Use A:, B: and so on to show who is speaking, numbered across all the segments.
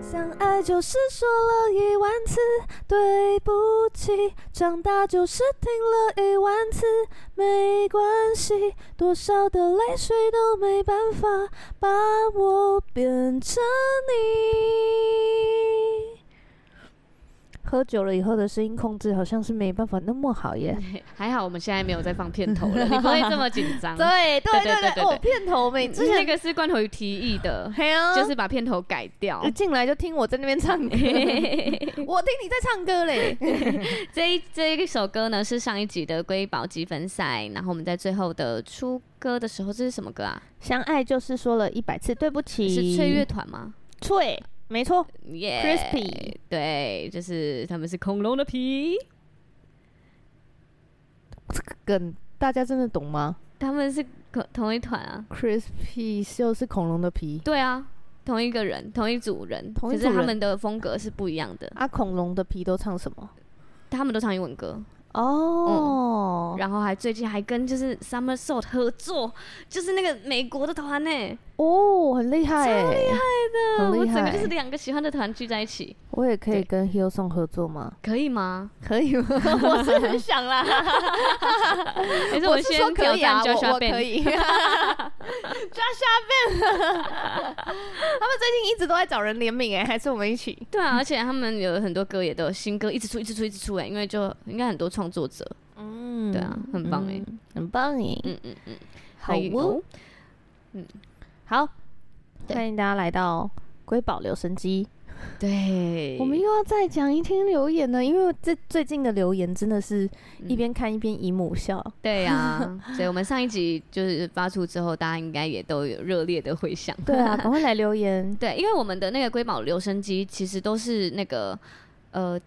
A: 相爱就是说了一万次对不起，长大就是听了一万次没关系，多少的泪水都没办法把我变成你。喝酒了以后的声音控制好像是没办法那么好
B: 嗯
A: 耶。
C: 还好我们现在没有在放片头了，你 不会这么紧张。
B: 对对
C: 对
B: 对
C: 对
B: 对，
C: 对
B: 哦，片头妹之
C: 那
B: 前
C: 个是罐头鱼提议的，
B: 嘿啊，
C: 就是把片头改掉
B: 一。进来就听我在那边唱 歌，我听你在唱歌嘞。
C: 这一这一首歌呢是上一集的瑰宝积分赛，然后我们在最后的出歌的时候，这是什么歌啊？
B: 相爱就是说了一百次对不起，
C: 是翠乐团吗？
B: 翠，没错，
C: 耶
B: Crispy
C: 对，就是他们是恐龙的皮，
A: 这个梗大家真的懂吗
C: 他们是同同一团啊。
A: ？Crispy 就是恐龙的皮，
C: 对啊，同一个人，同一组人，
A: 同一
C: 可
A: 组
C: 是他
A: 人
C: 们的风格是不一样的。
A: 啊，恐龙的皮都唱什么？
C: 他们都唱英文歌，
A: 哦，
C: 嗯然后还最近还跟就是 Summer Salt 合作，就是那个美国的团呢、
A: 哦，很厉害
C: 超
A: 哎！
C: 真的，
A: 很
C: 我
A: 厉
C: 整个就
A: 害
C: 是两个喜欢的团聚在一起，
A: 我也可以
C: 对
A: 跟 Hillsong 合作吗？
C: 可以吗？
A: 可以吗？
B: 我是很想啦，
C: 还是
B: 我是说
C: 先
B: 可
C: 挑
B: 以啊，
C: 战
B: 我我
C: Joshua
B: 可
C: Ben？
B: 以。Joshua Ben，他们最近一直都在找人联名哎，还是我们一起？
C: 对啊，而且他们有很多歌也都有新歌，一直出，一直出，一直出哎、因为就应该很多创作者，
A: 嗯
C: 对啊，很棒哎、
A: 嗯很棒耶！
C: 嗯嗯嗯，
A: 好
C: 还有
A: 哦，好，
C: 对
A: 欢迎大家来到瑰宝留声机。
C: 对，
A: 我们又要再讲一天留言了，因为这最近的留言真的是
C: 嗯
A: 一边看一边姨母笑。
C: 对呀、所以我们上一集就是发出之后，大家应该也都有热烈的回响。。
A: 对 啊，赶快来留言
C: 对，因为我们的那个瑰宝留声机其实都是那个呃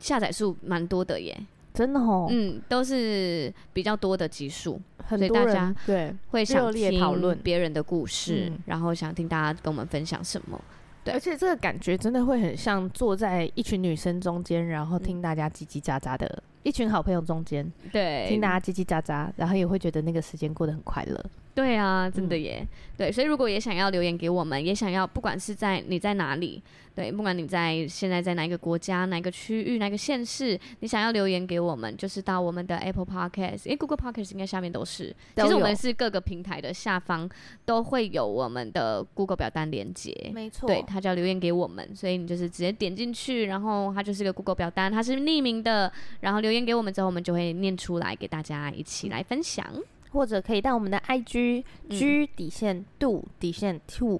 C: 下载数蛮多的耶，
A: 真的哦，
C: 嗯，都是比较多的集数，
A: 很
C: 所以
A: 多
C: 大
A: 人
C: 家
A: 对
C: 会想
A: 热烈讨论
C: 听别人的故事，
A: 嗯
C: 然后想听大家跟我们分享什么。对
A: 而且这个感觉真的会很像坐在一群女生中间，然后听
C: 嗯
A: 大家叽叽喳喳的，一群好朋友中间
C: 对，
A: 听大家叽叽喳喳，然后也会觉得那个时间过得很快乐。
C: 对啊，真
A: 嗯
C: 的耶。对，所以如果也想要留言给我们，也想要不管是在你在哪里，对，不管你在现在在哪一个国家、哪一个区域、哪一个县市，你想要留言给我们，就是到我们的 Apple Podcast，因为 Google Podcast 应该下面都是。
A: 都
C: 其实我
A: 有
C: 们是各个平台的下方都会有我们的 Google 表单连接。
A: 没错
C: 对，它叫留言给我们，所以你就是直接点进去，然后它就是个 Google 表单，它是匿名的，然后留言给我们之后，我们就会念出来给大家一起来分享。
A: 或者可以到我们的 IG、G
C: 嗯
A: 底线 do 底线 two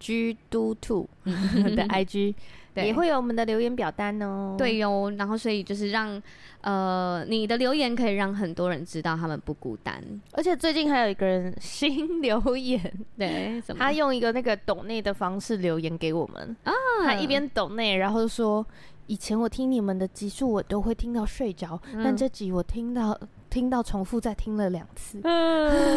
A: G do two 的 IG，
C: 对
A: 也会有我们的留言表单哦。
C: 对哟，然后所以就是让呃你的留言可以让很多人知道他们不孤单。
A: 而且最近还有一个人
C: 嗯
A: 新留言，
C: 对，怎么
A: 他用一个那个抖内的方式留言给我们，他一边抖内，然后说以前我听你们的集数我都会听到睡着，但
C: 嗯
A: 这集我听到听到重复再听了两次，
C: 嗯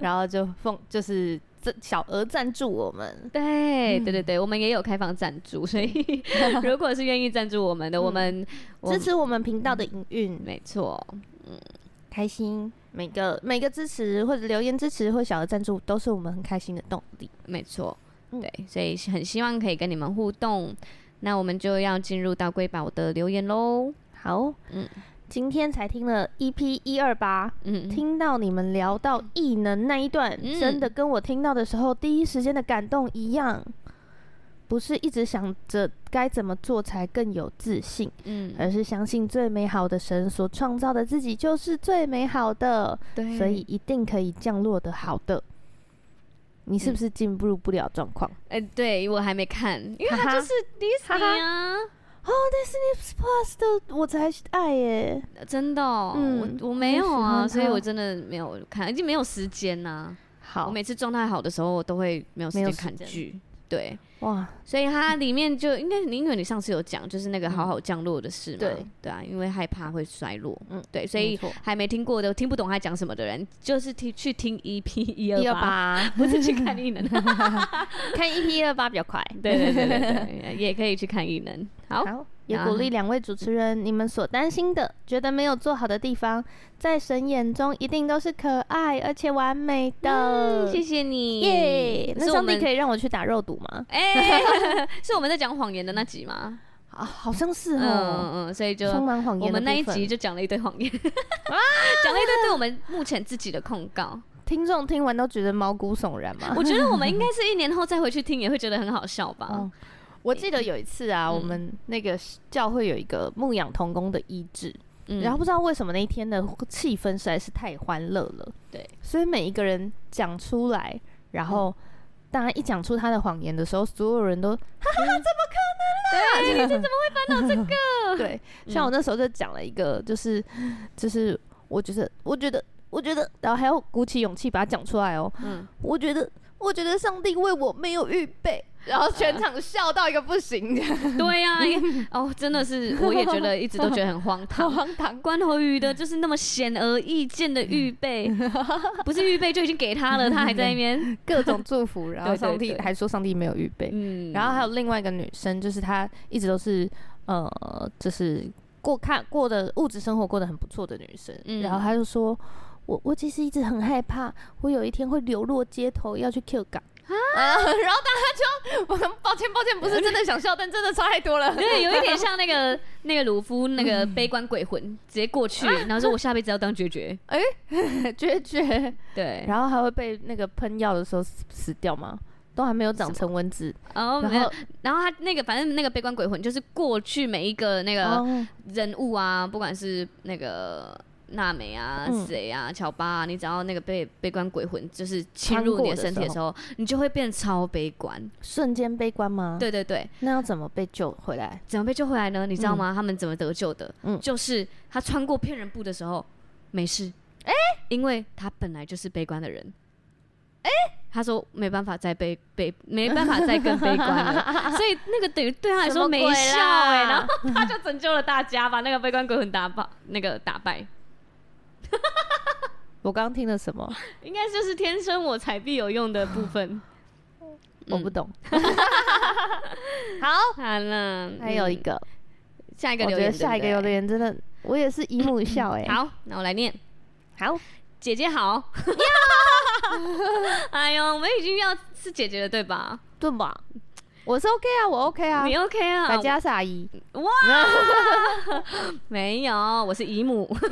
A: 然后就奉就是这小额赞助我们。
C: 对
A: 嗯
C: 对对对，我们也有开放赞助，所 以 如果是愿意赞助我们的，我们
A: 嗯
C: 我
A: 支持我们频道的营运，
C: 没错，
A: 开
C: 嗯
A: 心。每个每个支持或者留言支持或小额赞助，都是我们很开心的动力。
C: 没错，
A: 嗯
C: 对，所以很希望可以跟你们互动。那我们就要进入到瑰宝的留言喽。
A: 好，哦
C: 嗯
A: 今天才听了 EP 一二八，
C: 嗯，
A: 听到你们聊到异能那一段，
C: 嗯
A: 真的跟我听到的时候第一时间的感动一样。不是一直想着该怎么做才更有自信，
C: 嗯，
A: 而是相信最美好的神所创造的自己就是最美好的，
C: 对，
A: 所以一定可以降落的好的。你是不
C: 嗯
A: 是进入不了状况？
C: 哎、对我还 没看，因为
A: 哈
C: 它
A: 哈
C: 就是迪士尼啊，
A: 哦、d i s n e y Plus 的我才爱耶！
C: 真的哦、
A: 嗯
C: 我我
A: 我
C: 没
A: 也
C: 有
A: 喜
C: 啊，
A: 欢
C: 所以
A: 它
C: 我真的没有看，已经没有时间呐、我
A: 好，
C: 每次状态好的时候，我都会没有时
A: 没有
C: 间
A: 时
C: 看
A: 间
C: 剧。对，
B: 哇，
C: 所以它里面就应该是，因为你上次有讲，就是那个好好降落的事嘛，
B: 对
C: 对啊，因为害怕会衰落，
B: 嗯
C: 嗯，对，所以
B: 没错
C: 还没听过的、听不懂他讲什么的人，就是听去听 EP 一
B: 一
C: 二
B: 二
C: 八，
B: 八，
C: 不是去看异能，
B: 看 EP 一二八比较 快。
C: 对对对对对，也可以去看异能。好，
B: 好，也鼓励两位主持人，你们所担心的、觉得没有做好的地方，在神眼中一定都是可爱而且完美的。
C: 嗯谢谢你，
B: 耶！那
C: 是我
B: 上帝
C: 们
B: 可以让我去打肉毒吗？
C: 哎， 是我们在讲谎言的那集吗？
B: 啊，好像是
C: 嗯
B: 哦。
C: 嗯，嗯所以就
B: 充满谎言的
C: 我们那一
B: 部分啊
C: 集就讲了一堆谎言， 讲了一堆对我们目前自己的控告。
B: 听众听完都觉得毛骨悚然 嘛。
C: 我觉得我们应该是一年后再回去听，也会觉得很好笑吧
B: 嗯？我记得有一次啊，
C: 嗯
B: 我们那个教会有一个牧养童工的医治，
C: 嗯
B: 然后不知道为什么那一天的气氛实在是太欢乐了，
C: 对，嗯
B: 所以每一个人讲出来，然后大家一讲出他的谎言的时候，所有人都嗯啊
C: 对，你是怎么
B: 对，像
C: 嗯
B: 我那时候就讲了一个，就是就是我觉得我觉得我觉得，然后还要鼓起勇气把它讲出来哦，
C: 嗯，
B: 我觉得我觉得上帝为我没有预备，然后全场笑到一个不行，
C: 对 呀、因为哦，真的是，我也觉得一直都觉得很荒
B: 好
C: 唐。
B: 荒唐。
C: 关头鱼的就是那么显而易见的预 备，不是预备就已经给他了，他还在那边，
B: 各种祝福，然后
C: 对对
B: 上帝
C: 对
B: 还说上帝没有预备。
C: 嗯，
B: 然后还有另外一个女生，就是她一直都是呃，就是过看过的物质生活过得很不错的女生，
C: 嗯
B: 然后她就说。我我其实一直很害怕，我有一天会流落街头，要去 Q 港啊！然后大家就，我抱歉抱歉，不是真的想笑，但真的差太多了。
C: 对，有一点像那个那个鲁夫那
B: 嗯
C: 个悲观鬼魂，直接过去，然后说我下辈子要当决绝，
B: 决 绝，
C: 对，
B: 然后还会被那个喷药的时候死死掉吗？都还没有长成蚊子，
C: 然后哦没
B: 然
C: 有
B: 后，
C: 然后他那个反正那个悲观鬼魂就是过去每一个那个
B: 哦
C: 人物啊，不管是那个娜美啊、
B: 嗯
C: 谁、啊、乔巴啊，你只要那个被悲观鬼魂就是侵
B: 穿
C: 入你
B: 过
C: 的
B: 的
C: 身体的
B: 时嗯
C: 时候，你就会变超悲观。
B: 瞬间悲观吗？，
C: 对对对，
B: 那要怎么被救回来？
C: 怎么被救回来呢？你知道吗？他们怎么得救的？
B: 嗯
C: 就是他穿过骗人布的时候没事，哎、因为他本来就是悲观的人。哎，他说没办法再悲悲，没办法再更悲观了， 所以那个等于对他来
B: 什么
C: 说没
B: 鬼
C: 效
B: 啦
C: 哎、然后他就拯救了大家，把那个悲观鬼魂打败，那个打败。
B: 我刚刚听了什么？
C: 应该就是天生我才必有用的部 分。
B: 我不懂。
C: 嗯好了，
B: 还有一
C: 嗯
B: 个，
C: 下一个
B: 我
C: 留
B: 觉得
C: 言，
B: 下一个
C: 对
B: 有
C: 不
B: 的
C: 对
B: 人真的，我也是姨母 笑哎、
C: 好，那我来念。
B: 好，
C: 姐姐好， 哎呦，我们已经要是姐姐了，对吧？
B: 对吧？我是 OK 啊，我 OK 啊，
C: 你 OK 啊？
B: 百家是阿姨，
C: 哇， 没有，我是姨母，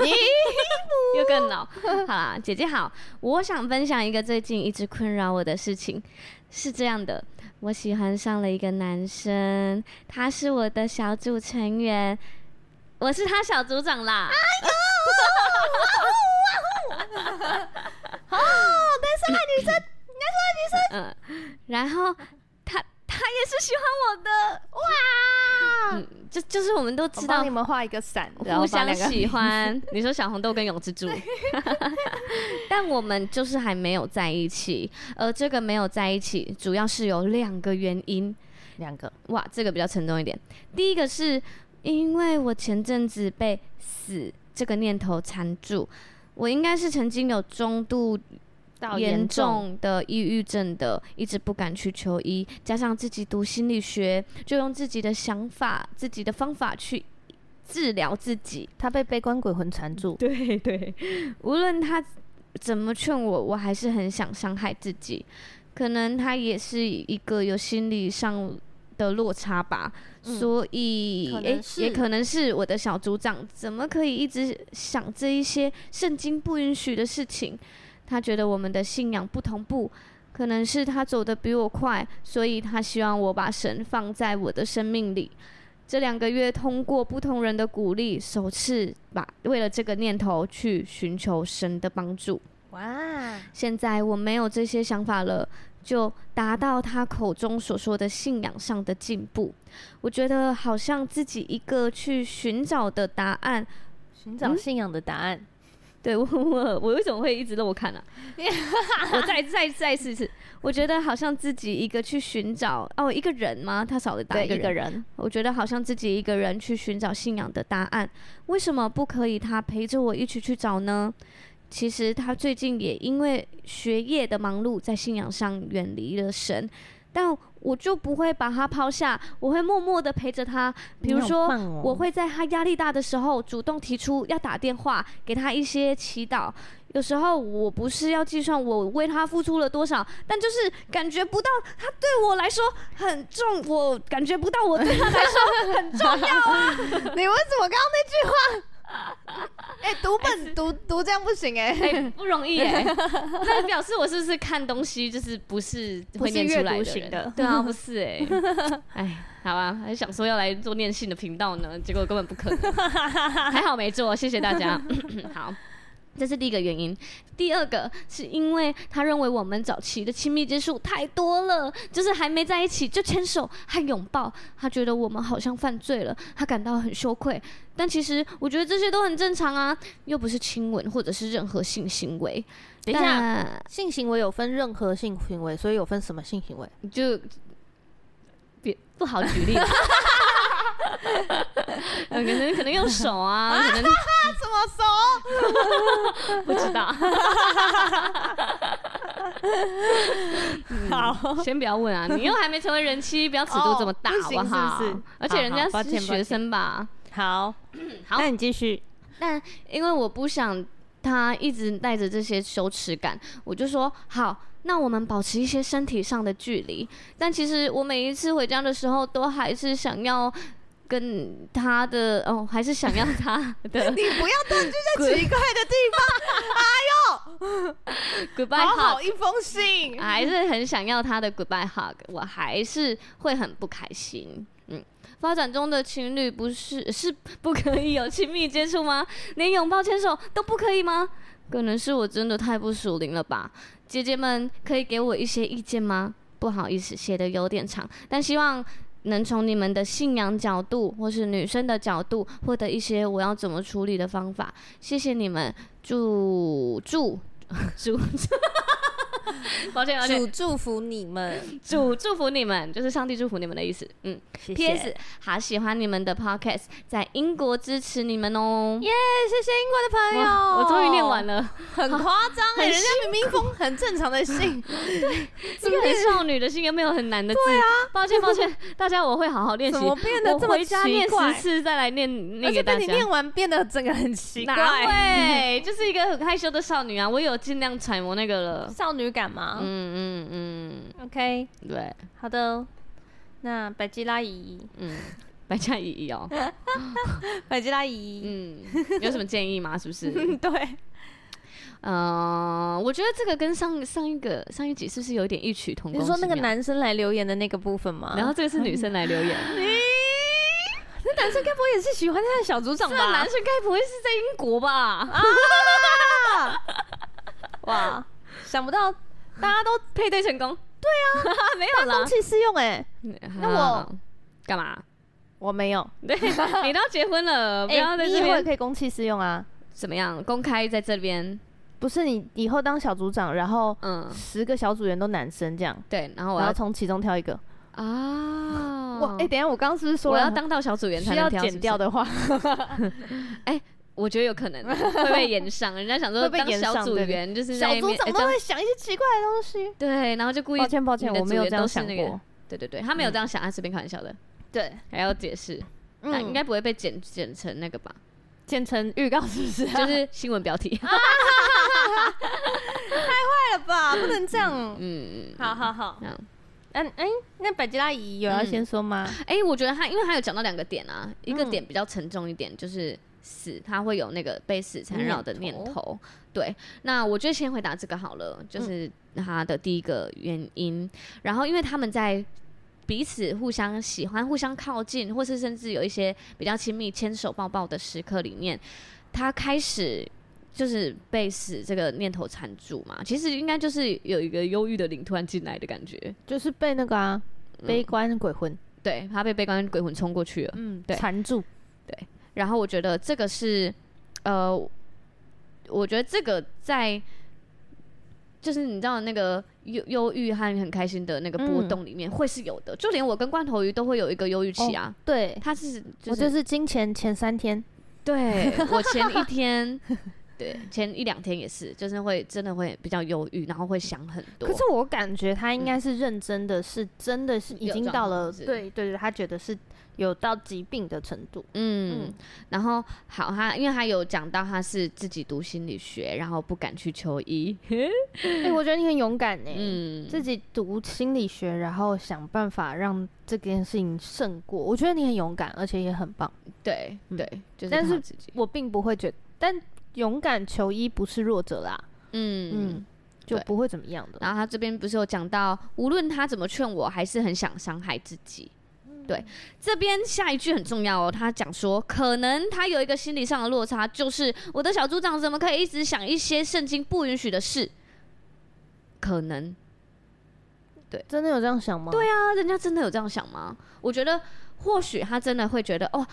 C: 又更老。好啦，姐姐好，我想分享一个最近一直困扰我的事情，是这样的。我喜欢上了一个男生，他是我的小组成员，我是他小组长啦。哎呦，哦，男生爱女生，男生爱女 生。嗯，然后他他也是喜欢我的，哇，嗯，就就是我们都
B: 我
C: 知道
B: 帮你们画一个伞，然后
C: 互
B: 把
C: 相
B: 两个
C: 喜欢。 你说小红豆跟永之 助，但我们就是还没有在一起。而这个没有在一起，主要是有两个原因。
B: 两个，
C: 哇，这个比较沉重一点。第一个是因为我前阵子被死这个念头缠住，我应该是曾经有中度
B: 到
C: 严
B: 严重
C: 重的抑郁症的，一直不敢去求医，加上自己读心理学，就用自己的想法、自己的方法去治疗自己。
B: 他被悲观鬼魂缠住，
C: 对对，无论他怎么劝我，我还是很想伤害自己。可能他也是一个有心理上的落差吧，
B: 嗯
C: 所以
B: 可能
C: 诶、
B: 是
C: 也可能是我的小组长怎么可以一直想这一些圣经不允许的事情？他觉得我们的信仰不同步，可能是他走得比我快，所以他希望我把神放在我的生命里。这两个月通过不同人的鼓励，首次把为了这个念头去寻求神的帮助。
B: 哇，
C: 现在我没有这些想法了，就达到他口中所说的信仰上的进步。我觉得好像自己一个去寻找的答案。
B: 寻找信仰的答案，
C: 对我我我为什么会一直漏看啊？我再再再试一次，我觉得好像自己一个去寻找哦，一个人吗？他少了打
B: 对
C: 一个
B: 一
C: 人，
B: 个人，
C: 我觉得好像自己一个人去寻找信仰的答案，为什么不可以他陪着我一起去找呢？其实他最近也因为学业的忙碌，在信仰上远离了神，但我就不会把他抛下，我会默默的陪着他。比如说，
B: 哦
C: 我会在他压力大的时候主动提出要打电话给他一些祈祷。有时候我不是要计算我为他付出了多少，但就是感觉不到他对我来说很重，我感觉不到我对他来说很重要啊。
B: 你为什么刚刚那句话？哎、读本读读这样不行哎、
C: 哎、不容易哎、 那表示我是不是看东西就是不是
B: 不
C: 会
B: 是
C: 念出
B: 阅
C: 来
B: 读
C: 的
B: 型
C: 人
B: 的
C: 对啊，不是哎、 哎，好啊，还想说要来做念信的频道呢，结果根本不 可能，还好没做，谢谢大家。好。这是第一个原因，第二个是因为他认为我们早期的亲密接触太多了，就是还没在一起就牵手还拥抱，他觉得我们好像犯罪了，他感到很羞愧。但其实我觉得这些都很正常啊，又不是亲吻或者是任何性行为。
B: 等一下，
C: 下，
B: 性行为有分任何性行为，所以有分什么性行为？
C: 就别不好举 例，呃可能可能用 手啊，可
B: 什
C: 能
B: 么手？
C: 不知道，
B: 好，
C: 先不要问啊，你又还没成为人妻，不要尺度这么大
B: 哦不
C: 好
B: 行
C: 好？
B: 是不是
C: 而且人
B: 好
C: 家
B: 好抱
C: 是
B: 歉抱
C: 学
B: 歉
C: 生吧？
B: 好，
C: 好
B: 那你继续。
C: 但因为我不想他一直带着这些羞耻感，我就说好，那我们保持一些身体上的距离。但其实我每一次回家的时候，都还是想要跟他的哦，还是想要他的
B: 你不要断句在奇怪的地
C: goodbye
B: 方，好
C: hug，
B: 好一封信。
C: 哎还是很想要他的 goodbye hug，我还是会很不开心。嗯，发展中的情侣不是 是不可以有亲密接触吗？连拥抱、牵手都不可以吗？可能是我真的太不属灵了吧？姐姐们可以给我一些意见吗？不好意思，写的有点长，但希望能从你们的信仰角度或是女生的角度获得一些我要怎么处理的方法。谢谢你们，祝祝 祝，抱歉抱歉，
B: 祝福你们，
C: 祝祝福你们，就是上帝祝福你们的意思。嗯
B: 谢
C: ，P.S. 好喜欢你们的 Podcast，在英国支持你们哦。
B: 耶谢谢英国的朋友，
C: 哇我终于念完，了，
B: 很夸张哎，
C: 很
B: 人家明明封很正常的 信，对，
C: 一
B: 怎
C: 个
B: 么
C: 很少女的信，又没有很难的字。对啊，抱歉抱歉， 大家我会好好练习。
B: 怎么变得这么
C: 我回家念
B: 奇怪
C: 十次再来念
B: 而
C: 念
B: 且
C: 给
B: 被
C: 大
B: 你
C: 家。
B: 念完变得整个很奇怪，
C: 哪 会？就是一个很害羞的少女啊，我有尽量揣摩那个了。
B: 少女感嘛。
C: 嗯嗯
B: OK，
C: 嗯，对，
B: 好的。那百吉拉姨，
C: 嗯，白嘉怡怡 哦，
B: 百吉拉姨，
C: 嗯，有什么建议吗？是不 是？
B: 嗯， 对，
C: 嗯，我觉得这个跟上上一个上一集是不是有点异曲同工？
B: 你啊说那个，男生来留言的那个部分吗？
C: 然后这个是女生来留言，
B: 哦那男生该不会也是喜欢他的小组长
C: 这个
B: 吧
C: 男？生 该不会是在英国吧？
B: 哇，想不 到大家都
C: 配对成功，
B: 没有公器私用哎，
C: 那
B: 那我
C: 干嘛？
B: 我没有，
C: 对， 你都结 婚了，不要
B: 哎，
C: 在
B: 你
C: 这
B: 以后也
C: 边
B: 可以公器私用啊，
C: 怎么样公开在这边，
B: 不是你以后当小组长，然后
C: 嗯，
B: 十个小组员都男生这样，
C: 对，然后我
B: 然
C: 要
B: 后从其中挑一个。
C: 啊，
B: 哇，哎，等一下我刚刚是不是说
C: 我
B: 了
C: 要当到小组员才
B: 需
C: 能
B: 要
C: 挑
B: 剪掉
C: 的，
B: 的话，
C: 我觉得有可能会被延上，人家想 说
B: 会被
C: 当
B: 延上
C: 小组
B: 对对
C: 员就是在
B: 小
C: 那
B: 组
C: 边
B: 长
C: 哎
B: 都哦
C: 当
B: 会想一些奇怪的东西。
C: 对，然后就故意
B: 抱，歉抱歉，
C: 你的
B: 我没有
C: 组员
B: 这
C: 都
B: 样
C: 是
B: 想
C: 那个
B: 过。
C: 对对对，他没有这样想，他随便开玩笑的，
B: 嗯对，
C: 还要解释，那应
B: 嗯，
C: 该不会被剪剪成那个吧？
B: 剪成预告是不 是？
C: 就是新闻标题，
B: 坏了吧，不能这样。
C: 嗯，
B: 好好好，
C: 这样。
B: 嗯哎，那百吉拉姨有要先说吗？
C: 哎、我觉得他，因为他有讲到两个点啊，一个
B: 嗯
C: 点比较沉重一点，就是死，他会有那个被死缠绕的念头。
B: 念
C: 对，那我就先回答这个好了，就是他的第一个原因。然后，因为他们在彼此互相喜欢、互相靠近，或是甚至有一些比较亲密牵手、抱抱的时刻里面，他开始。就是被死这个念头缠住嘛，其实应该就是有一个忧郁的灵突然进来的感觉，
B: 就是被那个啊，
C: 嗯
B: 悲观鬼魂，
C: 对他被悲观鬼魂冲过去了，
B: 嗯，
C: 对
B: 缠住，
C: 然后我觉得这个是，呃，我觉得这个在，就是你知道那个忧忧郁和很开心的那个波
A: 嗯
C: 动里面，会是有的。就连我跟罐头鱼都会有一个忧郁期啊，
A: 对，
C: 他是就
A: 哦
C: 是
A: 我就是金钱前三天，
C: 对我前一天， 对前一两天也是，就是会真的会比较忧郁，然后会想很多。嗯
A: 可是我感觉他应该是认真的，是真的是已
C: 有
A: 经
C: 状
A: 到
C: 况
A: 了，
C: 是
A: 对对对，他觉得是有到疾病的程度。
C: 嗯，
A: 嗯，
C: 然后好，他因为他有讲到他是自己读心理学，然后不敢去求医。
A: 哎、我觉得你很勇敢呢、
C: 嗯，
A: 自己读心理学，然后想办法让这件事情胜过。我觉得你很勇敢，而且也很棒。
C: 对
A: 嗯
C: 对，就是
A: 但
C: 靠
A: 是
C: 自己，
A: 我并不会觉得，但勇敢求医不是弱者啦，
C: 嗯
A: 嗯，就
C: 对
A: 不会怎么样的。
C: 然后他这边不是有讲到，无论他怎么劝我，还是很想伤害自己。对，这边下一句很重要哦。他讲说，可能他有一个心理上的落差，就是我的小组长怎么可以一直想一些圣经不允许的事？可能
A: 真的有这样想吗？对啊，
C: 啊，人家真的有这样想吗？我觉得或许他真的会觉得，哦，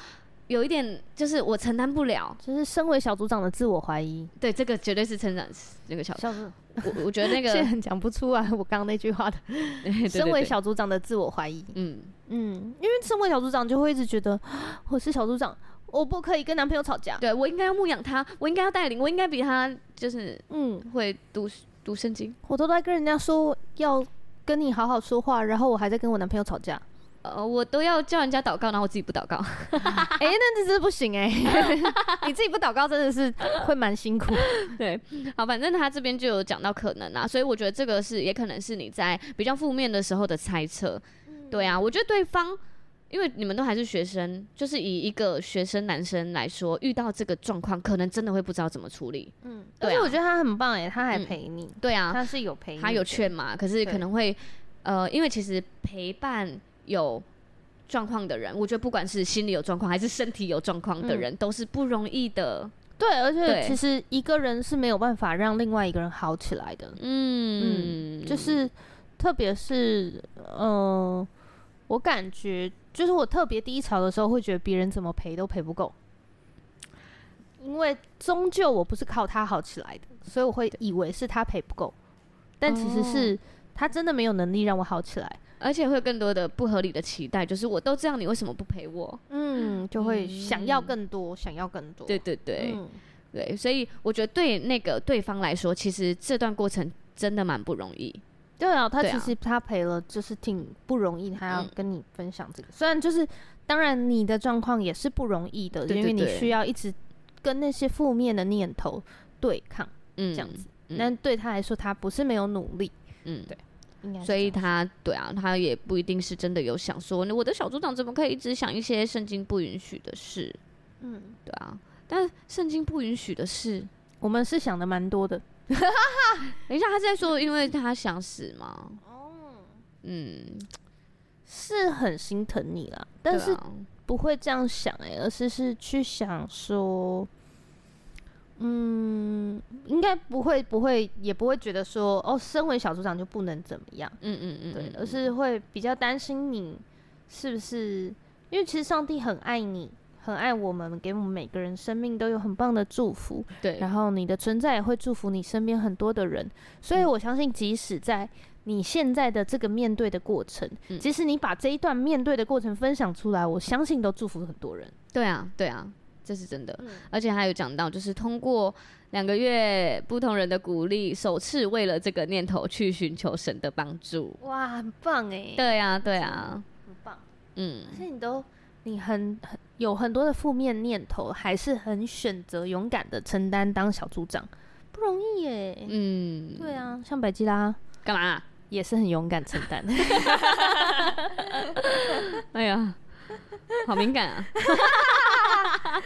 C: 有一点就是我承担不了。
A: 就是身为小组长的自我怀疑。
C: 对，这个绝对是成长那个小，
A: 小组
C: 我我觉 得那个
A: 现在讲不出来我刚刚那句话的，
C: 对对
A: 身为
C: 对
A: 小组长的自我怀疑。
C: 嗯，
A: 嗯，因为身为小组长就会一直觉得我是小组长，我不可以跟男朋友吵架。
C: 对我应该要牧养他，我应该要带领，我应该比他就是
A: 嗯，
C: 会读读圣经。
A: 我都在跟人家说要跟你好好说话，然后我还在跟我男朋友吵架。
C: 呃，我都要叫人家祷告，然后我自己不祷告。
A: 哎、那这真是不行哎、 你自己不祷告真的是会蛮辛苦。
C: 对，好，反正他这边就有讲到可能啊，所以我觉得这个是也可能是你在比较负面的时候的猜测。对啊，我觉得对方，因为你们都还是学生，就是以一个学生男生来说，遇到这个状况，可能真的会不知道怎么处理。
A: 嗯，但
C: 对啊
A: 是我觉得他很棒哎、他还
C: 嗯
A: 陪你，
C: 对啊，
A: 他是有陪你，
C: 他有劝嘛，可是可
A: 对
C: 能会，呃，因为其实陪伴有状况的人，我觉得不管是心理有状况还是身体有状况的
A: 嗯
C: 人，都是不容易的。
A: 对，而且
C: 对
A: 其实一个人是没有办法让另外一个人好起来的，
C: 嗯，
A: 就是特别是嗯、呃我感觉就是我特别低潮的时候，会觉得别人怎么陪都陪不够，因为终究我不是靠他好起来的，所以我会以为是他陪不够，但其
C: 哦
A: 实是他真的没有能力让我好起来，
C: 而且会有更多的不合理的期待，就是我都这样，你为什么不陪我？
A: 嗯，就会想要
C: 嗯
A: 更多，想要更多，
C: 对对对、
A: 嗯
C: 对，所以我觉得对那个对方来说，其实这段过程真的蛮不容易。
A: 对啊，他
C: 对
A: 其
C: 啊
A: 实他赔了，就是挺不容易。他要
C: 嗯
A: 跟你分享这个，虽然就是当然你的状况也是不容易的，
C: 对
A: 因为
C: 对
A: 你
C: 对
A: 需要一直跟那些负面的念头对抗
C: 嗯，
A: 这样子。
C: 嗯
A: 但对他来说，他不是没有努力，
C: 嗯，
A: 对应该是
C: 所以
A: 这样
C: 他对啊，他也不一定是真的有想说，我的小组长怎么可以一直想一些圣经不允许的事？
A: 嗯，
C: 对啊，但圣经不允许的事，
A: 我们是想的蛮多的。
C: 等一下他是在说，因为他想死吗？
A: 哦
C: 嗯，
A: 是很心疼你啦，
C: 对
A: 但是
C: 啊
A: 不会这样想哎、而是是去想说，嗯，应该不会，不会，也不会觉得说，哦，身为小组长就不能怎么样。
C: 嗯嗯嗯，
A: 对
C: 嗯，
A: 而是会比较担心你是不是，因为其实上帝很爱你，很爱我们，给我们每个人生命都有很棒的祝福，
C: 对，
A: 然后你的存在也会祝福你身边很多的人，所
C: 嗯
A: 以我相信，即使在你现在的这个面对的过程，
C: 嗯
A: 即使你把这一段面对的过程分享出来，我相信都祝福很多人。
C: 对啊，对啊，这是真的。
A: 嗯
C: 而且还有讲到，就是通过两个月不同人的鼓励，首次为了这个念头去寻求神的帮助。
A: 哇，很棒哎，
C: 对啊，对啊，
A: 很棒，
C: 嗯，
A: 而且你都。你很很有很多的负面念头，还是很选择勇敢的承担当小组长，不容易耶。
C: 嗯，
A: 对啊，像百吉拉
C: 干嘛、啊
A: 也是很勇敢承担。
C: 哎呀，好敏感啊！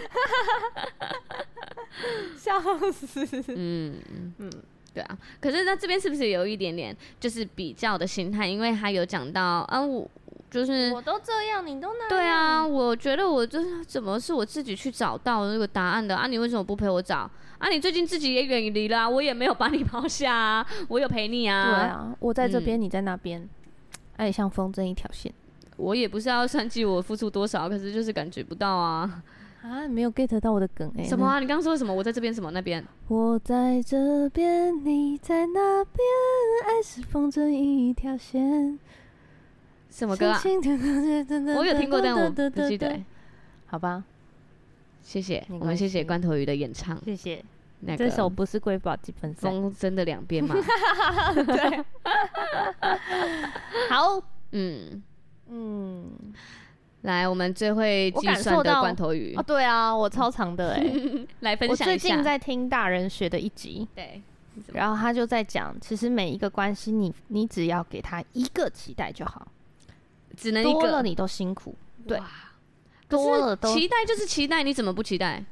A: 笑死！
C: 嗯嗯，对啊。可是那这边是不是有一点点就是比较的心态？因为他有讲到啊，我就是
B: 嗯
A: 我都这样，你都那样
C: 对啊，，我觉得我就是怎么是我自己去找到那个答案的啊？你为什么不陪我找？啊，你最近自己也远离啦、我也没有把你抛下啊，我有陪你
A: 对
C: 啊，
A: 啊，我在这边，
C: 嗯
A: 你在那边，
B: 哎
A: 爱像风筝一条线
C: 我也不是要算计我付出多少，可是就是感觉不到啊，
B: 啊，没有 get 到我的梗哎、
C: 什么啊？你刚刚说什么？我在这边，什么那边？
A: 我在这边，你在那边，爱是风筝一条线。
C: 什么歌啊？
A: 轻轻地
C: 我有听过，但我不记得欸、。
B: 好吧，
C: 谢谢，
B: 没
C: 我
B: 关
C: 们谢
B: 系
C: 谢罐头鱼的演唱。
B: 谢谢。
C: 那
B: 这
C: 个
B: 首不是瑰宝积分赛。
C: 风筝的两边 嘛，
B: 好，
C: 嗯，
B: 嗯，
C: 来，我们最会
B: 我
C: 计
B: 感
C: 算
B: 受
C: 的
B: 到
C: 罐头鱼
B: 哦，对啊，我超长的哎、
C: 来分
B: 我
C: 享
B: 最
C: 一下
B: 近。在听大人学的一集，
C: 对，你怎么
B: 然后他就在讲，其实每一个关系你，你只要给他一个期待就好，
C: 只能一
B: 多了
C: 个，
B: 你都辛苦，对
C: 哇，可是
B: 多了都。
C: 期待就是期待，你怎么不期待？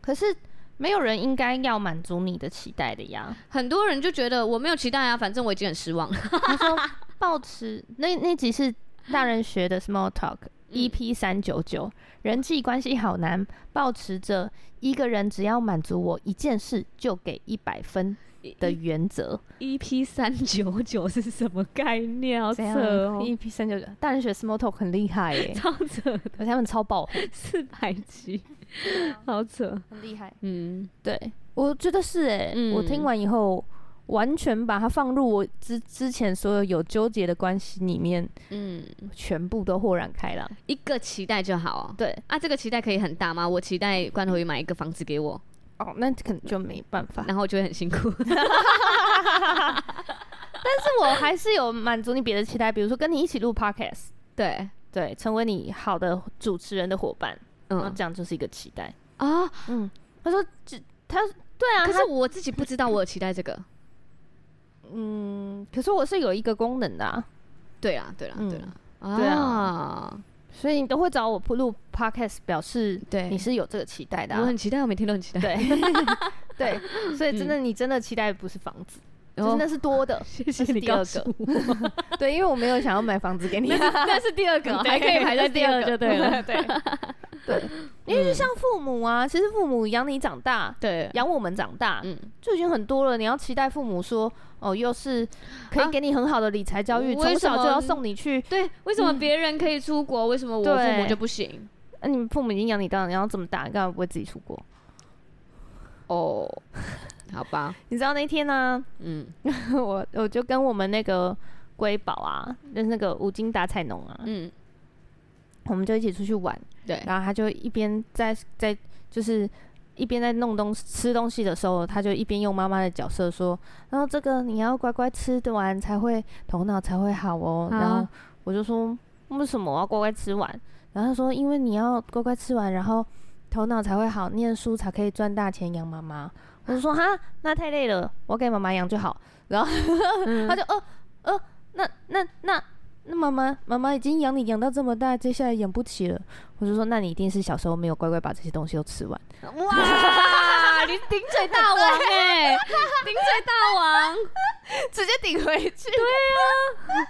B: 可是没有人应该要满足你的期待的呀。
C: 很多人就觉得我没有期待啊，反正我已经很失 望了。
B: 他说，保持那那集是大人学的 Small Talk。EP
C: 嗯
B: 三九九，人际关系好难，保持着一个人只要满足我一件事就给一百分的原则。
C: EP E 三九九是什么概念？好扯哦，，
B: ？EP E 三九九，大人学 Small Talk 很厉害耶
C: 超 扯，
B: 可是他们超爆红，
C: 四百集，好扯。
B: 很厉害。
C: 嗯，
B: 对，我觉得是哎、
C: 嗯
B: 我听完以后。完全把它放入我之之前所有有纠结的关系里面，
C: 嗯，
B: 全部都豁然开朗。
C: 一个期待就好哦。
B: 对，
C: 啊，这个期待可以很大吗？我期待罐头鱼买一个房子给我，
B: 哦，那可能就没办法。
C: 然后我就会很辛苦。
B: 但是我还是有满足你别的期待，比如说跟你一起录 podcast，
C: 对，
B: 对，成为你好的主持人的伙伴，然后
C: 嗯
B: 这样就是一个期待。
C: 啊，
B: 嗯，他说这他对啊，
C: 可是
B: 他
C: 我自己不知道我有期待这个。
B: 嗯，可是我是有一个功能的、啊，
C: 对啦，对啦，
B: 嗯
C: 对啦，
B: 对
C: 啊，
B: 所以你都会找我录 podcast，表示
C: 对，
B: 你是有这个期待的、
C: 我
B: 啊。
C: 很期待，我每天都很期待。
B: 对 对，所以真的你真的期待的不是房子，
C: 然
B: 就
C: 后
B: 是那是多的。
C: 哦谢
B: 那
C: 谢
B: 是
C: 你
B: 第二
C: 告诉
B: 个
C: 我，
B: 对，因为我没有想要买房子给你，
C: 那是第二个，还可以排在第二就对了。
B: 对对， 因为就像父母啊，其实父母养你长大，
C: 对，
B: 养我们长大，
C: 嗯，
B: 就已经很多了。你要期待父母说，哦，又是可以
C: 啊
B: 给你很好的理财教育，
C: 为
B: 从
C: 什
B: 小
C: 么
B: 就要送你去。
C: 对，为什么别人可以出国，为什么我父
B: 嗯对
C: 母就不行？
B: 那、啊你们父母已经养你大了，然后这么大，你干嘛不会自己出国？
C: 哦，好吧，
B: 你知道那天呢、
C: 嗯
B: 我我就跟我们那个瑰宝啊，就是那个五金打彩农啊，
C: 嗯，
B: 我们就一起出去玩，
C: 对，
B: 然后他就一边在在就是一边在弄东西吃东西的时候，他就一边用妈妈的角色说，然后这个你要乖乖吃得完才会头脑才会好哦。
C: 啊
B: 然后我就说为什么我要乖乖吃完？然后他说因为你要乖乖吃完，然后头脑才会好，念书才可以赚大钱养妈妈。我就说哈，那太累了，我给妈妈养就好。
C: 嗯
B: 他就呃呃，那那那那妈妈妈妈已经养你养到这么大，接下来养不起了。我就说，那你一定是小时候没有乖乖把这些东西都吃完。
C: 哇，你顶嘴大王哎，顶嘴大王， 啊
B: 直接顶回去。对呀、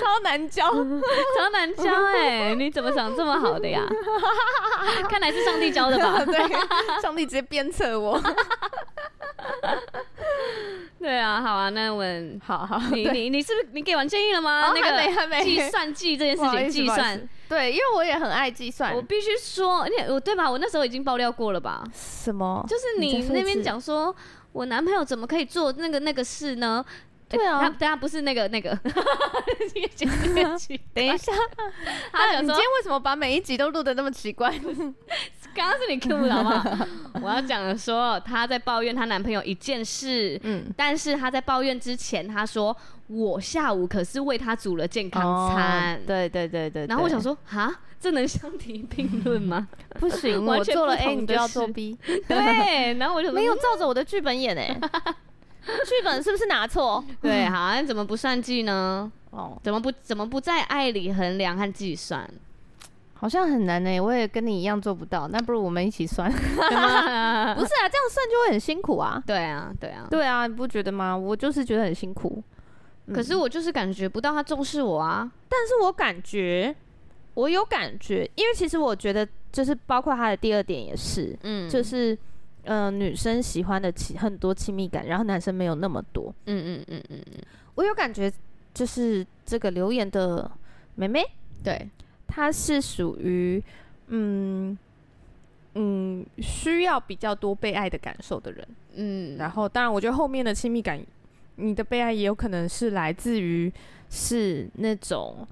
B: 超难 教。
C: 超难教哎，你怎么长这么好的 呀？看来是上帝教的吧？
B: 对，上帝直接鞭策我。
C: 对啊，好啊，那我们
B: 好 好，
C: 你你你是不是你给完建议了吗？
B: 哦
C: 那
B: 还没还
C: 个
B: 没
C: 计算计这件
B: 不
C: 事
B: 好意
C: 情，
B: 思
C: 计
B: 不好意
C: 算
B: 思对，因为我也很爱计算
C: 我。必须说，而且我哦对吧？我那时候已经爆料过了吧？
B: 什么？
C: 就是
B: 你再
C: 你
B: 说一
C: 那边
B: 次
C: 讲说，我男朋友怎么可以做那个那个事呢？
B: 对啊
C: 呃他他不是那个那个，
B: 等一下，哎
C: 他讲
B: 你今天
C: 说
B: 为什么把每一集都录的那么奇怪？
C: 刚刚是你 Q 的好不好？我要讲的说，她在抱怨她男朋友一件事，
B: 嗯，
C: 但是她在抱怨之前，她说我下午可是为他煮了健康餐
B: 哦，对对对对。
C: 然后我想
B: 对，
C: 说，哈，这能相提并论 吗？
B: 不行，
C: 完
B: 我
C: 全
B: 做
C: 不
B: 了 A，
C: 同
B: 你
C: 的
B: 就要
C: 事
B: 做 B。
C: 对，然后我就
B: 没有照着我的剧本演哎、剧本是不是拿 错？
C: 对，好，那怎么不算计呢？
B: 哦，
C: 怎么不怎么不在爱里衡量和 计算？
B: 好像很难哎、我也跟你一样做不到，那不如我们一起算。不 是啊，这样算就会很辛苦啊。
C: 对啊，对啊。
B: 对啊，你不觉得吗？我就是觉得很辛苦，
C: 嗯可是我就是感觉不到他重视我啊。
B: 但是我感觉，我有感觉，因为其实我觉得，就是包括他的第二点也是，
C: 嗯，
B: 就是。呃，女生喜欢的亲很多亲密感，然后男生没有那么多。
C: 嗯嗯嗯嗯，
B: 我有感觉，就是这个留言的妹妹，
C: 对，
B: 她是属于嗯，
D: 需要比较多被爱的感受的人。
C: 嗯，
D: 然后，当然，我觉得后面的亲密感，你的被爱也有可能是来自于
B: 是那种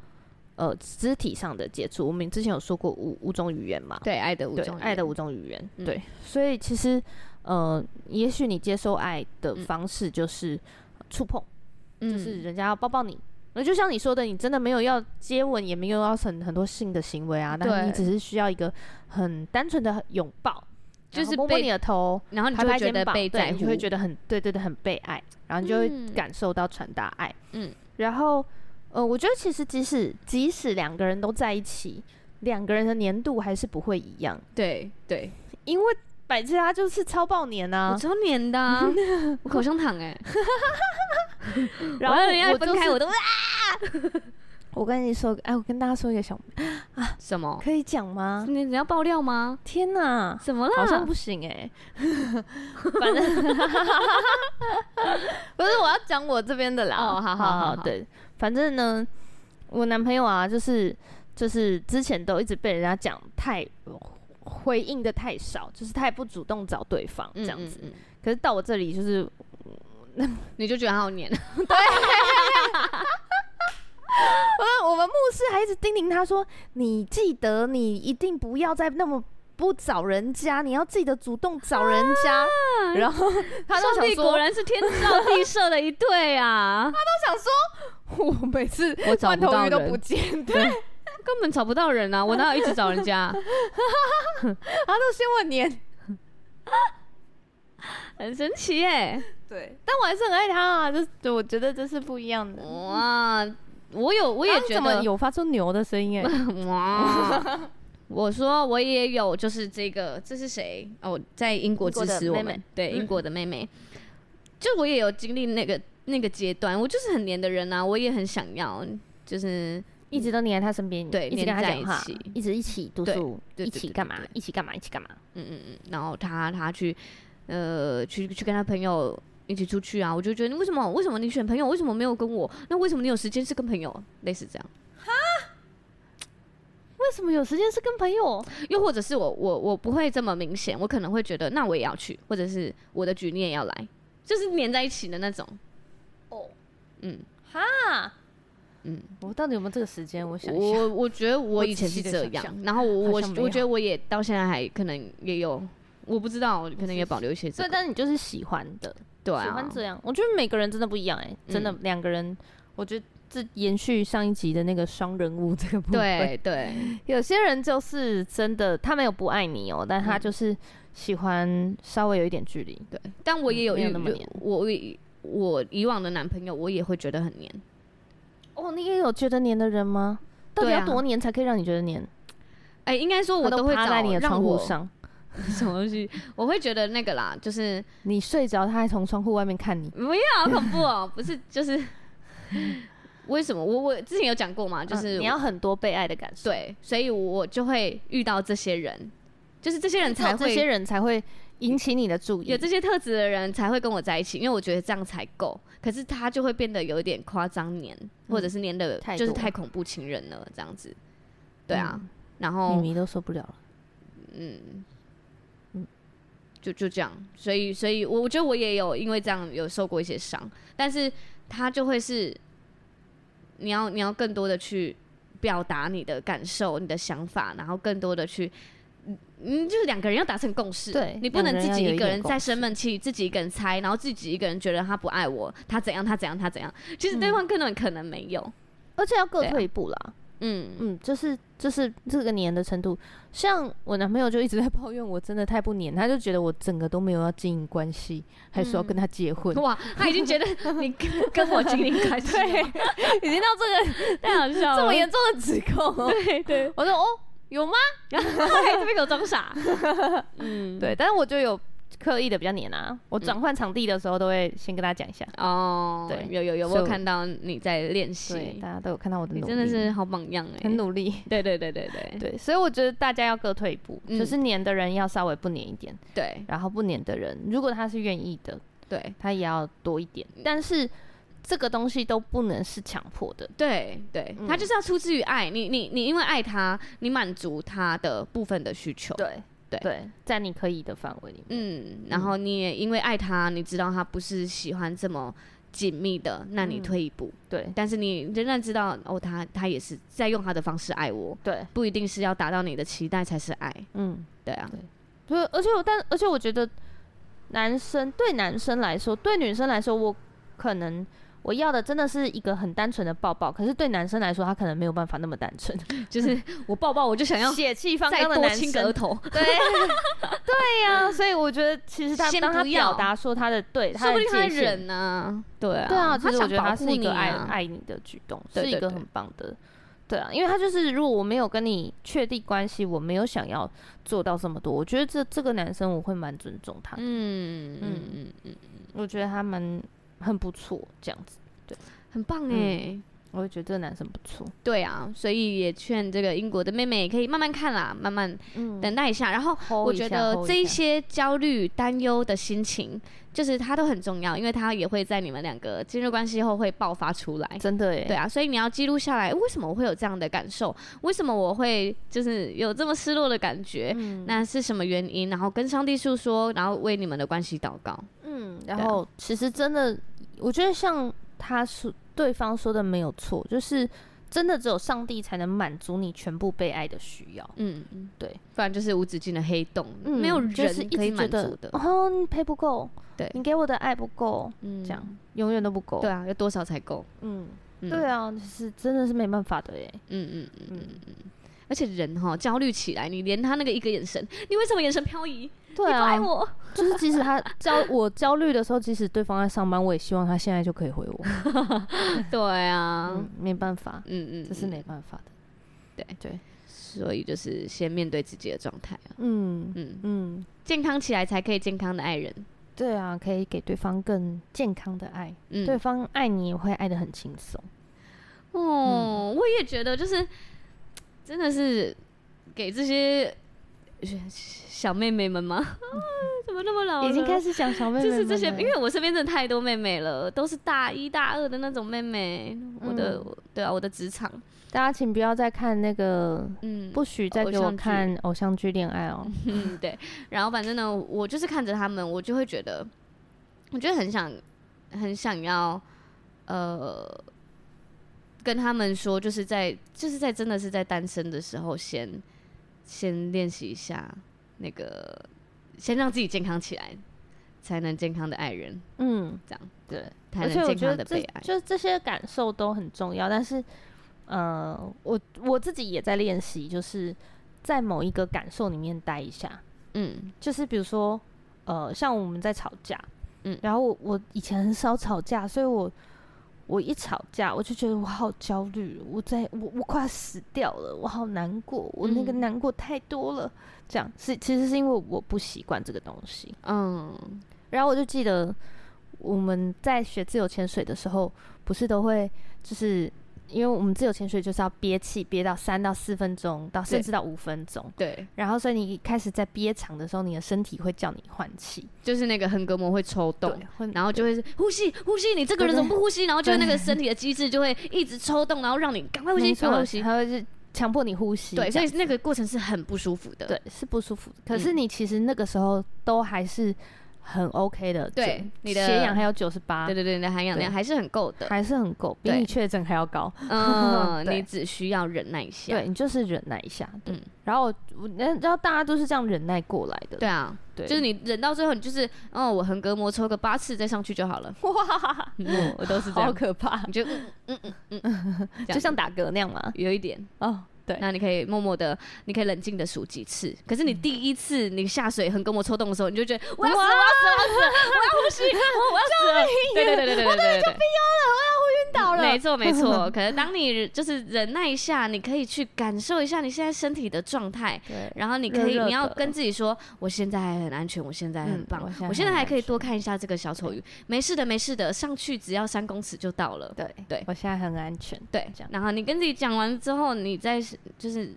B: 呃肢体上的接触。我们之前有说过五五种语言嘛，
C: 对爱的五
B: 对
C: 种，
B: 爱的五种语言，
C: 嗯
B: 对，所以其实呃，也许你接受爱的
C: 嗯
B: 方式就是呃触碰，
C: 嗯
B: 就是人家要抱抱你。那就像你说的，你真的没有要接吻，也没有要很很多性的行为啊，但你
C: 对
B: 只是需要一个很单纯的拥抱，
C: 就
B: 然后
C: 是
B: 摸摸
C: 被
B: 你的头，
C: 然后你
B: 拍
C: 就
B: 拍
C: 会觉
B: 肩
C: 得
B: 膀，
C: 被
B: 对，
C: 在
B: 你
C: 乎，
B: 就会觉得很对对对，很被爱，然后你就会
C: 嗯
B: 感受到传达爱。
C: 嗯，
B: 然后呃，我觉得其实即使即使两个人都在一起，两个人的年度还是不会一样，
C: 对对，
B: 因为百吉拉就是超爆年
C: 我
B: 啊。
C: 超黏 的啊，我口香糖哎，
B: 然
C: 我
B: 后
C: 要人家
B: 我
C: 分开
B: 就是
C: 我都啊
B: 我跟你说，哎，我跟大家说一个小，
C: 哦什么？
B: 可以讲吗？
C: 你你要爆料吗？
B: 天哪，
C: 怎么了？
B: 好像不行哎、
C: 欸
B: 反正 不是我要讲我这边的啦。
C: 哦好好好好
B: 对，反正呢，我男朋友啊，就是就是之前都一直被人家讲太回应的太少，就是太不主动找对方这
C: 嗯
B: 样子。，
C: 嗯嗯
B: 可是到我这里就是
C: 你就觉得他好 黏，
B: 呃我我们牧师还一直叮咛他说：“你记得，你一定不要再那么不找人家，你要记得主动找人家。然后他就
C: 啊上
B: 想
C: 帝
B: 说
C: 果，然是天造地设的一对 啊，
D: 我每次
C: 我找
D: 罐
C: 不
D: 头
C: 到
D: 鱼都不
C: 人，
D: 见，对，
C: 根本找不到人啊，我哪有一直找人家？
D: 他都嫌我黏，
C: 很神奇耶！
D: 对，但我还是很爱他啊，就是我觉得这是不一样的。
C: 嗯哇，我有，我
D: 我
C: 也觉得
D: 有发出牛的声
B: 欸
D: 音哎、
C: 哇。我说我也有，就是这个，这是谁？哦，在英国
B: 英国
C: 支
B: 的
C: 持我
B: 妹
C: 们，
B: 妹
C: 对
B: 嗯
C: 英国的妹妹，就我也有经历那个那个阶段，我就是很黏的人啊，我也很想要，就是
B: 一直都黏在他身边，
C: 对
B: 一直跟他
C: 黏在
B: 讲话
C: 一起，
B: 一直一起读
C: 对
B: 书，
C: 对
B: 一
C: 对
B: 起
C: 对
B: 干嘛
C: 对对，
B: 一起干嘛，一起干嘛。
C: 嗯嗯嗯，然后他他去呃去去跟他朋友一起出去啊，我就觉得为什么为什么你选朋友，为什么没有跟我？那为什么你有时间是跟朋友？类似这样，
B: 为什么有时间是跟朋友？
C: 又或者是我我我不会这么明显，我可能会觉得那我也要去，或者是我的局你也要来，就是黏在一起的那种。
B: 哦，
C: 嗯
B: 哈，
C: 嗯，
D: 我到底有没有这个时间？我想一下，
C: 我我觉得我以前是这
D: 我仔细地想
C: 样，然后我
D: 好
C: 我
D: 像没有
C: 我觉得我也到现在还可能也有，我不知道，我可能也保留一些
B: 所
C: 这
B: 以
C: 个，
B: 但你就是喜欢的，
C: 对
B: 喜
C: 啊
B: 欢，这样。我觉得每个人真的不一样哎，真的
C: 嗯
B: 两个人，我觉得这延续上一集的那个双人物这个 部分，
C: 对对，
B: 有些人就是真的，他没有不爱你哦、但他
C: 嗯
B: 就是喜欢稍微有一点距离。
C: 对，但我也有
B: 没
C: 遇
B: 有那么黏
C: 我我我以往的男朋友，我也会觉得很黏。
B: 哦，你也有觉得黏的人吗？到底
C: 对啊
B: 要多黏才可以让你觉得黏？
C: 哎、应该说我
B: 他都
C: 会
B: 趴
C: 找
B: 在你的
C: 让
B: 窗户
C: 我
B: 上，
C: 什么东西，我会觉得那个啦，就是
B: 你睡着，他还从窗户外面看你。
C: 不要好恐怖哦、不是就是为什么我我之前有讲过嘛，就
B: 嗯
C: 是、
B: 你要很多被爱的感受，，
C: 对，所以我就会遇到这些人，就是这些人
B: 才
C: 才
B: 这
C: 会
B: 些人才会引起你的注意。
C: 有这些特质的人才会跟我在一起，因为我觉得这样才够。可是他就会变得有一点夸张黏，或者是黏的，
B: 嗯太
C: 就是
B: 多嗯
C: 太恐怖情人了这样子。对啊，然后
B: 秘密都受不了了。
C: 嗯，就就这样。所以，所以我我觉得我也有因为这样有受过一些伤，但是他就会是你要你要更多的去表达你的感受、你的想法，然后更多的去。嗯，就是两个人要达成共识，
B: 对
C: 你不能自
B: 两个人要
C: 己
B: 有一
C: 一个
B: 点
C: 人在生闷气，自己一个人猜，然后自己一个人觉得他不爱我，他怎样，他怎样，他怎样，其
B: 嗯
C: 实对方根本可能没有，
B: 而且要各
C: 对啊
B: 退一步啦，
C: 嗯，
B: 嗯，就是就是这个黏的程度，像我男朋友就一直在抱怨我真的太不黏，他就觉得我整个都没有要经营关系，还说要跟他结婚，
C: 哇，他已经觉得你跟 跟我经营关系了，
B: 已经到这个
C: 太好笑了，
B: 这么严重的指控哦、
C: 对对，
B: 我说哦，有吗？
C: 还这边给我装傻。 嗯，
B: 对，但是我就有刻意的比较黏啊，我转换场地的时候都会先跟大家讲一下。
C: 哦，
B: 对
C: 有有有，我
B: 所以
C: 有
B: 我
C: 看到你在练
B: 对，
C: 习，
B: 大家都有看到我的
C: 你
B: 努力，
C: 真的是好榜样哎，
B: 很努力。
C: 对对对对对
B: 对，所以我觉得大家要各退一步，
C: 嗯
B: 就是黏的人要稍微不黏一点，
C: 对
B: 然后不黏的人，如果他是愿意的，
C: 对
B: 他也要多一
C: 嗯
B: 点。但是这个东西都不能是强迫的，
C: 对对，他
B: 嗯
C: 就是要出自于爱，你你你因为爱他，你满足他的部分的需求，
B: 对
C: 对
A: 对，在你可以的范围里面。
C: 嗯，然后你也因为爱他，你知道他不是喜欢这么紧密的，那你
A: 嗯
C: 退一步，
A: 对
C: 但是你仍然知道哦，他他也是在用他的方式爱我，
A: 对，
C: 不一定是要达到你的期待才是爱，
A: 嗯，
C: 对 啊，
A: 对，而且我但而且我觉得男生对男生来说，对女生来说，我可能。我要的真的是一个很单纯的抱抱，可是对男生来说，他可能没有办法那么单纯。
C: 就是我抱抱我就想要
A: 血气方
C: 再
A: 刚的
C: 多
A: 男
C: 亲
A: 生，
C: 个额头，
A: 对对呀、所以我觉得其实他
C: 先
A: 当他
C: 不要
A: 表达说他的对，他
C: 说不
A: 的
C: 定他
A: 界限
C: 忍呢、对啊，
A: 对啊，其
C: 他
A: 实我
C: 想
A: 觉得
C: 保
A: 他是
C: 护
A: 一
C: 你
A: 个爱
C: 啊，
A: 爱你的举动，
C: 对
A: 是一
C: 对
A: 个
C: 对
A: 很棒的。对啊，因为他就是，如果我没有跟你确定关系，我没有想要做到这么多，我觉得这这个男生我会蛮尊重他的，
C: 嗯嗯嗯嗯，
A: 我觉得他蛮很不错，这样子，
C: 很棒哎、
A: 我会觉得这个男生不错。
C: 对啊，所以也劝这个英国的妹妹也可以慢慢看啦，慢慢
A: 嗯
C: 等待一下。然后
A: Hold
C: 我
A: 一
C: 觉
A: 下
C: 得
A: hold 一
C: 这一
A: 下
C: 些焦虑、担忧的心情，就是它都很重要，因为它也会在你们两个进入关系后会爆发出来。
A: 真的耶，
C: 对啊，所以你要记录下来，为什么我会有这样的感受？为什么我会就是有这么失落的感觉？
A: 嗯
C: 那是什么原因？然后跟上帝诉说，然后为你们的关系祷告。
A: 嗯，然
C: 对啊
A: 后其实真的，我觉得像他说对方说的没有错，就是真的只有上帝才能满足你全部被爱的需要。
C: 嗯，嗯
A: 对，
C: 不然就是无止境的黑洞，
A: 嗯
C: 没有
A: 就是
C: 人
A: 一
C: 可
A: 直觉
C: 以满
A: 得
C: 足的。
A: 哦，你赔不够，
C: 对
A: 你给我的爱不够，
C: 嗯
A: 这样永远都不够。
C: 对，啊，要多少才够？
A: 嗯，
C: 嗯
A: 对啊，是真的是没办法的耶。
C: 嗯嗯嗯嗯
A: 嗯
C: 嗯嗯，而且人哈焦虑起来，你连他那个一个眼神，你为什么眼神漂移？
A: 对
C: 你不爱
A: 啊，
C: 我？
A: 就是即使他焦 我焦虑的时候，即使对方在上班，我也希望他现在就可以回
B: 嗯
A: 我。
C: 对啊，
A: 嗯
C: 嗯，
A: 没办法，
C: 嗯嗯，
A: 这是没办法的。
C: 所以就是先面对自己的状态啊，
A: 嗯
C: 嗯，
A: 嗯，
C: 健康起来才可以健康的爱人，
A: 对啊，可以给对方更健康的爱。
C: 嗯，
A: 对方爱你也会爱得很轻松。
C: 哦，我也觉得，就是真的是给这些小妹妹们吗？啊 怎么那么老了？
A: 嗯已经开始讲小妹妹
C: 就
A: 们
C: 是这些，
A: 了
C: 因为我身边真的太多妹妹了，都是大一大二的那种妹妹。我的，
A: 嗯
C: 对啊，我的职场，
A: 大家请不要再看那个，
C: 嗯，
A: 不许再给我
C: 偶像剧
A: 看偶像剧恋爱哦。
C: 嗯，对。然后反正呢，我就是看着他们，我就会觉得，我觉得很想，很想要，呃，跟他们说，就是在，就是在真的是在单身的时候先，先练习一下那个，先让自己健康起来，才能健康的爱人，
A: 嗯，
C: 这样
A: 对，
C: 才
A: 而
C: 能
A: 且我
C: 健
A: 觉
C: 康
A: 得
C: 的
A: 这
C: 被爱。
A: 就是这些感受都很重要，但是，呃，我我自己也在练习，就是在某一个感受里面待一下，
C: 嗯
A: 就是比如说，呃，像我们在吵架，
C: 嗯
A: 嗯，然后我我以前很少吵架，所以我我一吵架，我就觉得我好焦虑，我在我我快要死掉了，我好难过，我那个
C: 嗯
A: 难过太多了，这样是其实是因为我不习惯这个东西，
C: 嗯
A: 然后我就记得我们在学自由潜水的时候，不是都会就是因为我们自由潜水就是要憋气憋到三到四分钟，到甚
C: 对
A: 至到五分钟。
C: 对，
A: 然后，所以你开始在憋长的时候，你的身体会叫你换气，
C: 就是那个横膈膜会抽动
A: 对，，会
C: 然后就会是呼吸呼吸，你这个人
A: 对
C: 怎么不呼吸？然后就会那
A: 对
C: 个身体的机制就会一直抽动，然后让你赶快呼吸，
A: 没
C: 赶快
A: 错
C: 呼，吸。
A: 它会是强迫你呼吸这
C: 对，
A: 样子，
C: 所以那个过程是很不舒服的。
A: 对是不舒服的。可是
C: 嗯
A: 你其实那个时候都还是很 OK 的，
C: 对
A: 就
C: 你的
A: 血氧还有九十八
C: 对，对对，你的含氧量还是很够 的。
A: 还是很够，比
C: 对
A: 你确诊还要高。
C: 嗯，
A: 对
C: 你只需要忍耐一下。
A: 对你就是忍耐一下，对。
C: 嗯
A: 然后 我我那然后大家都是这样忍耐过来的，
C: 对啊，
A: 对，
C: 就是你忍到最后，你就是哦，我横膈膜抽个八次再上去就好了。
A: 哇，
C: 嗯，我都是这
A: 好
C: 样，
A: 可怕，
C: 你就嗯嗯嗯嗯嗯，
A: 就
C: 就
A: 像打嗝那样嘛。
C: 有一点。
A: 哦，对，
C: 那你可以默默的，你可以冷静的数几次。可是你第一次你下水横膈膜抽动的时候，你就觉得我要死，我要死，我要死，我要呼吸，我我要死了。对对对对对对对对对。
A: 晕倒
C: 没错没错，可能当你就是忍耐一下，你可以去感受一下你现在身体的状态，
A: 对，
C: 然后你可
A: 热
C: 以
A: 热的
C: 你要跟自己说，我现在还很安全，我现在很
A: 嗯
C: 棒
A: 我现，在
C: 我现在
A: 很
C: 还
A: 安
C: 可以多
A: 全
C: 看一下这个小丑鱼，没事的没事的，上去只要三公尺就到了。
A: 对
C: 对
A: 我现在很安全，
C: 对
A: 这，样
C: 然后你跟自己讲完之后，你再是就是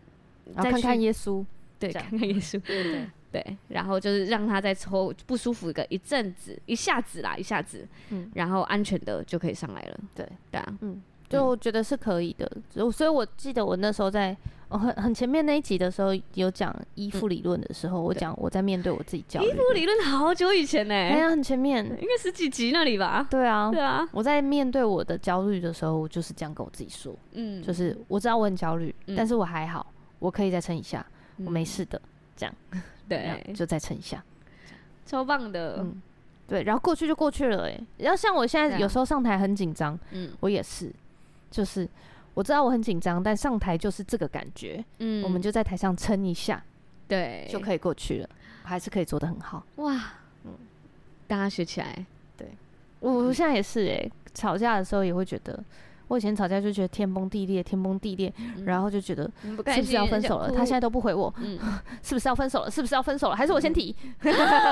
A: 然
C: 再
A: 后看看
C: 去
A: 耶稣，
C: 对
A: 这样
C: 看看耶稣，
A: 对，
C: 对，然后就是让他再抽不舒服个一阵子，一下子啦，一下子，
A: 嗯
C: 然后安全的就可以上来了。
A: 对
C: 对啊，
A: 就我觉得是可以的。只我所以我记得我那时候在
B: 哦，很很前面那一集的时候有讲依附理论的时候，我
C: 对
B: 讲我在面对我自己焦虑
C: 依。附理论好久以前呢、
B: 哎呀，很前面。
C: 应该十几集那里吧？
B: 对啊
C: 对，啊，
B: 我在面对我的焦虑的时候，我就是这样跟我自己说，
C: 嗯，
B: 就是我知道我很焦虑，
C: 嗯
B: 但是我还好，我可以再撑一下，我没事的，
C: 对，
B: 就再撑一下。
C: 超棒的，
B: 嗯，对，然后过去就过去了、欸，哎，然后像我现
C: 对
B: 在
C: 啊
B: 有时候上台很紧张，
C: 嗯
B: 我也是，就是我知道我很紧张，但上台就是这个感觉，
C: 嗯
B: 我们就在台上撑一下
C: 对
B: 就可以过去了，我还是可以嗯做的很好。
C: 哇，大家学起来，嗯
B: 我我现在也是、欸，哎，吵架的时候也会觉得，我以前吵架就觉得天崩地裂，天崩地裂，然
C: 后
B: 后就觉得
C: 不
B: 是
C: 开
B: 嗯不是
C: 心
B: 要分手了？他现在都不回我，
C: 嗯
B: 是不是要分手了？是不是要分手了？还是我先提？
C: 超
B: 超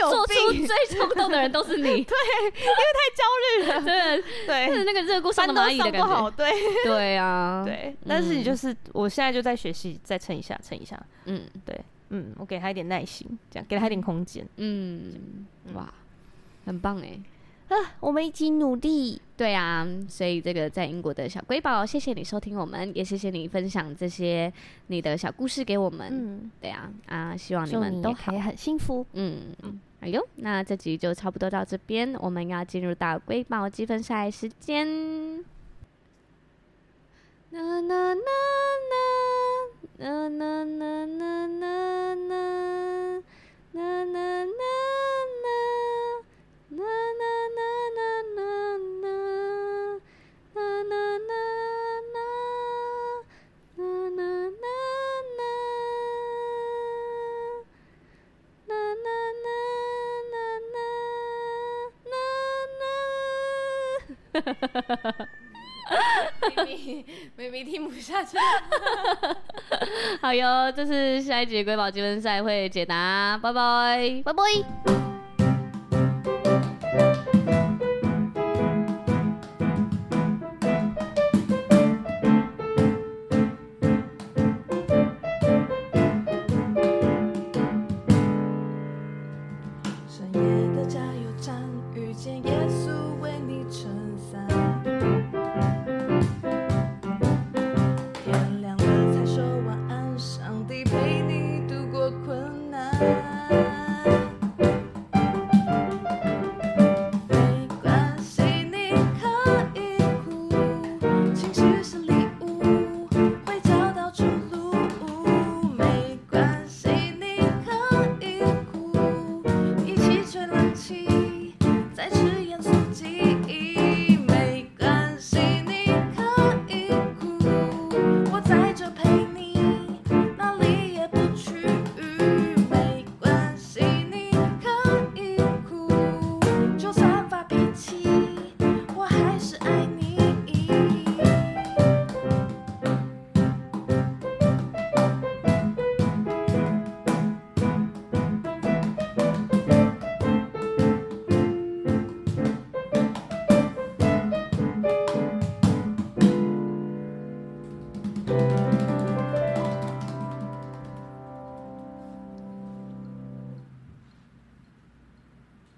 B: 有
C: 做出
B: 病
C: 最冲动的人都是你，对，因为太焦虑了，真的，
B: 对
C: 就是那个热锅上的蚂蚁的感觉，
B: 对
C: 对啊，，
B: 对，但是你
C: 嗯
B: 就是我现在就在学习，再撑一下，撑一下。
C: 嗯
B: 嗯，我给他一点耐心，这样给他一点空间。
C: 嗯，哇，很棒哎。
B: 啊我们一起努力。
C: 对啊，所以这个在英国的小瑰宝，谢谢你收听我们，也谢谢你分享这些你的小故事给我们。
B: 嗯，
C: 对啊，啊，希望你
B: 祝
C: 们
B: 你
C: 都
B: 也
C: 好
B: 可以。很幸福。
C: 嗯，哎呦，那这集就差不多到这边，我们要进入到瑰宝积分赛时间。啦啦啦啦啦啦啦啦啦啦啦啦啦啦啦啦啦啦啦啦啦啦啦。啦啦啦啦，啦啦啦啦啦啦啦。
D: 妹妹听不下去，
C: 好哟，这是下一集的瑰宝积分赛会解答，拜拜。
B: 拜拜。
E: 深夜的加油站，遇见耶稣为你撑伞。天亮了才说晚安，上帝陪你度过困难。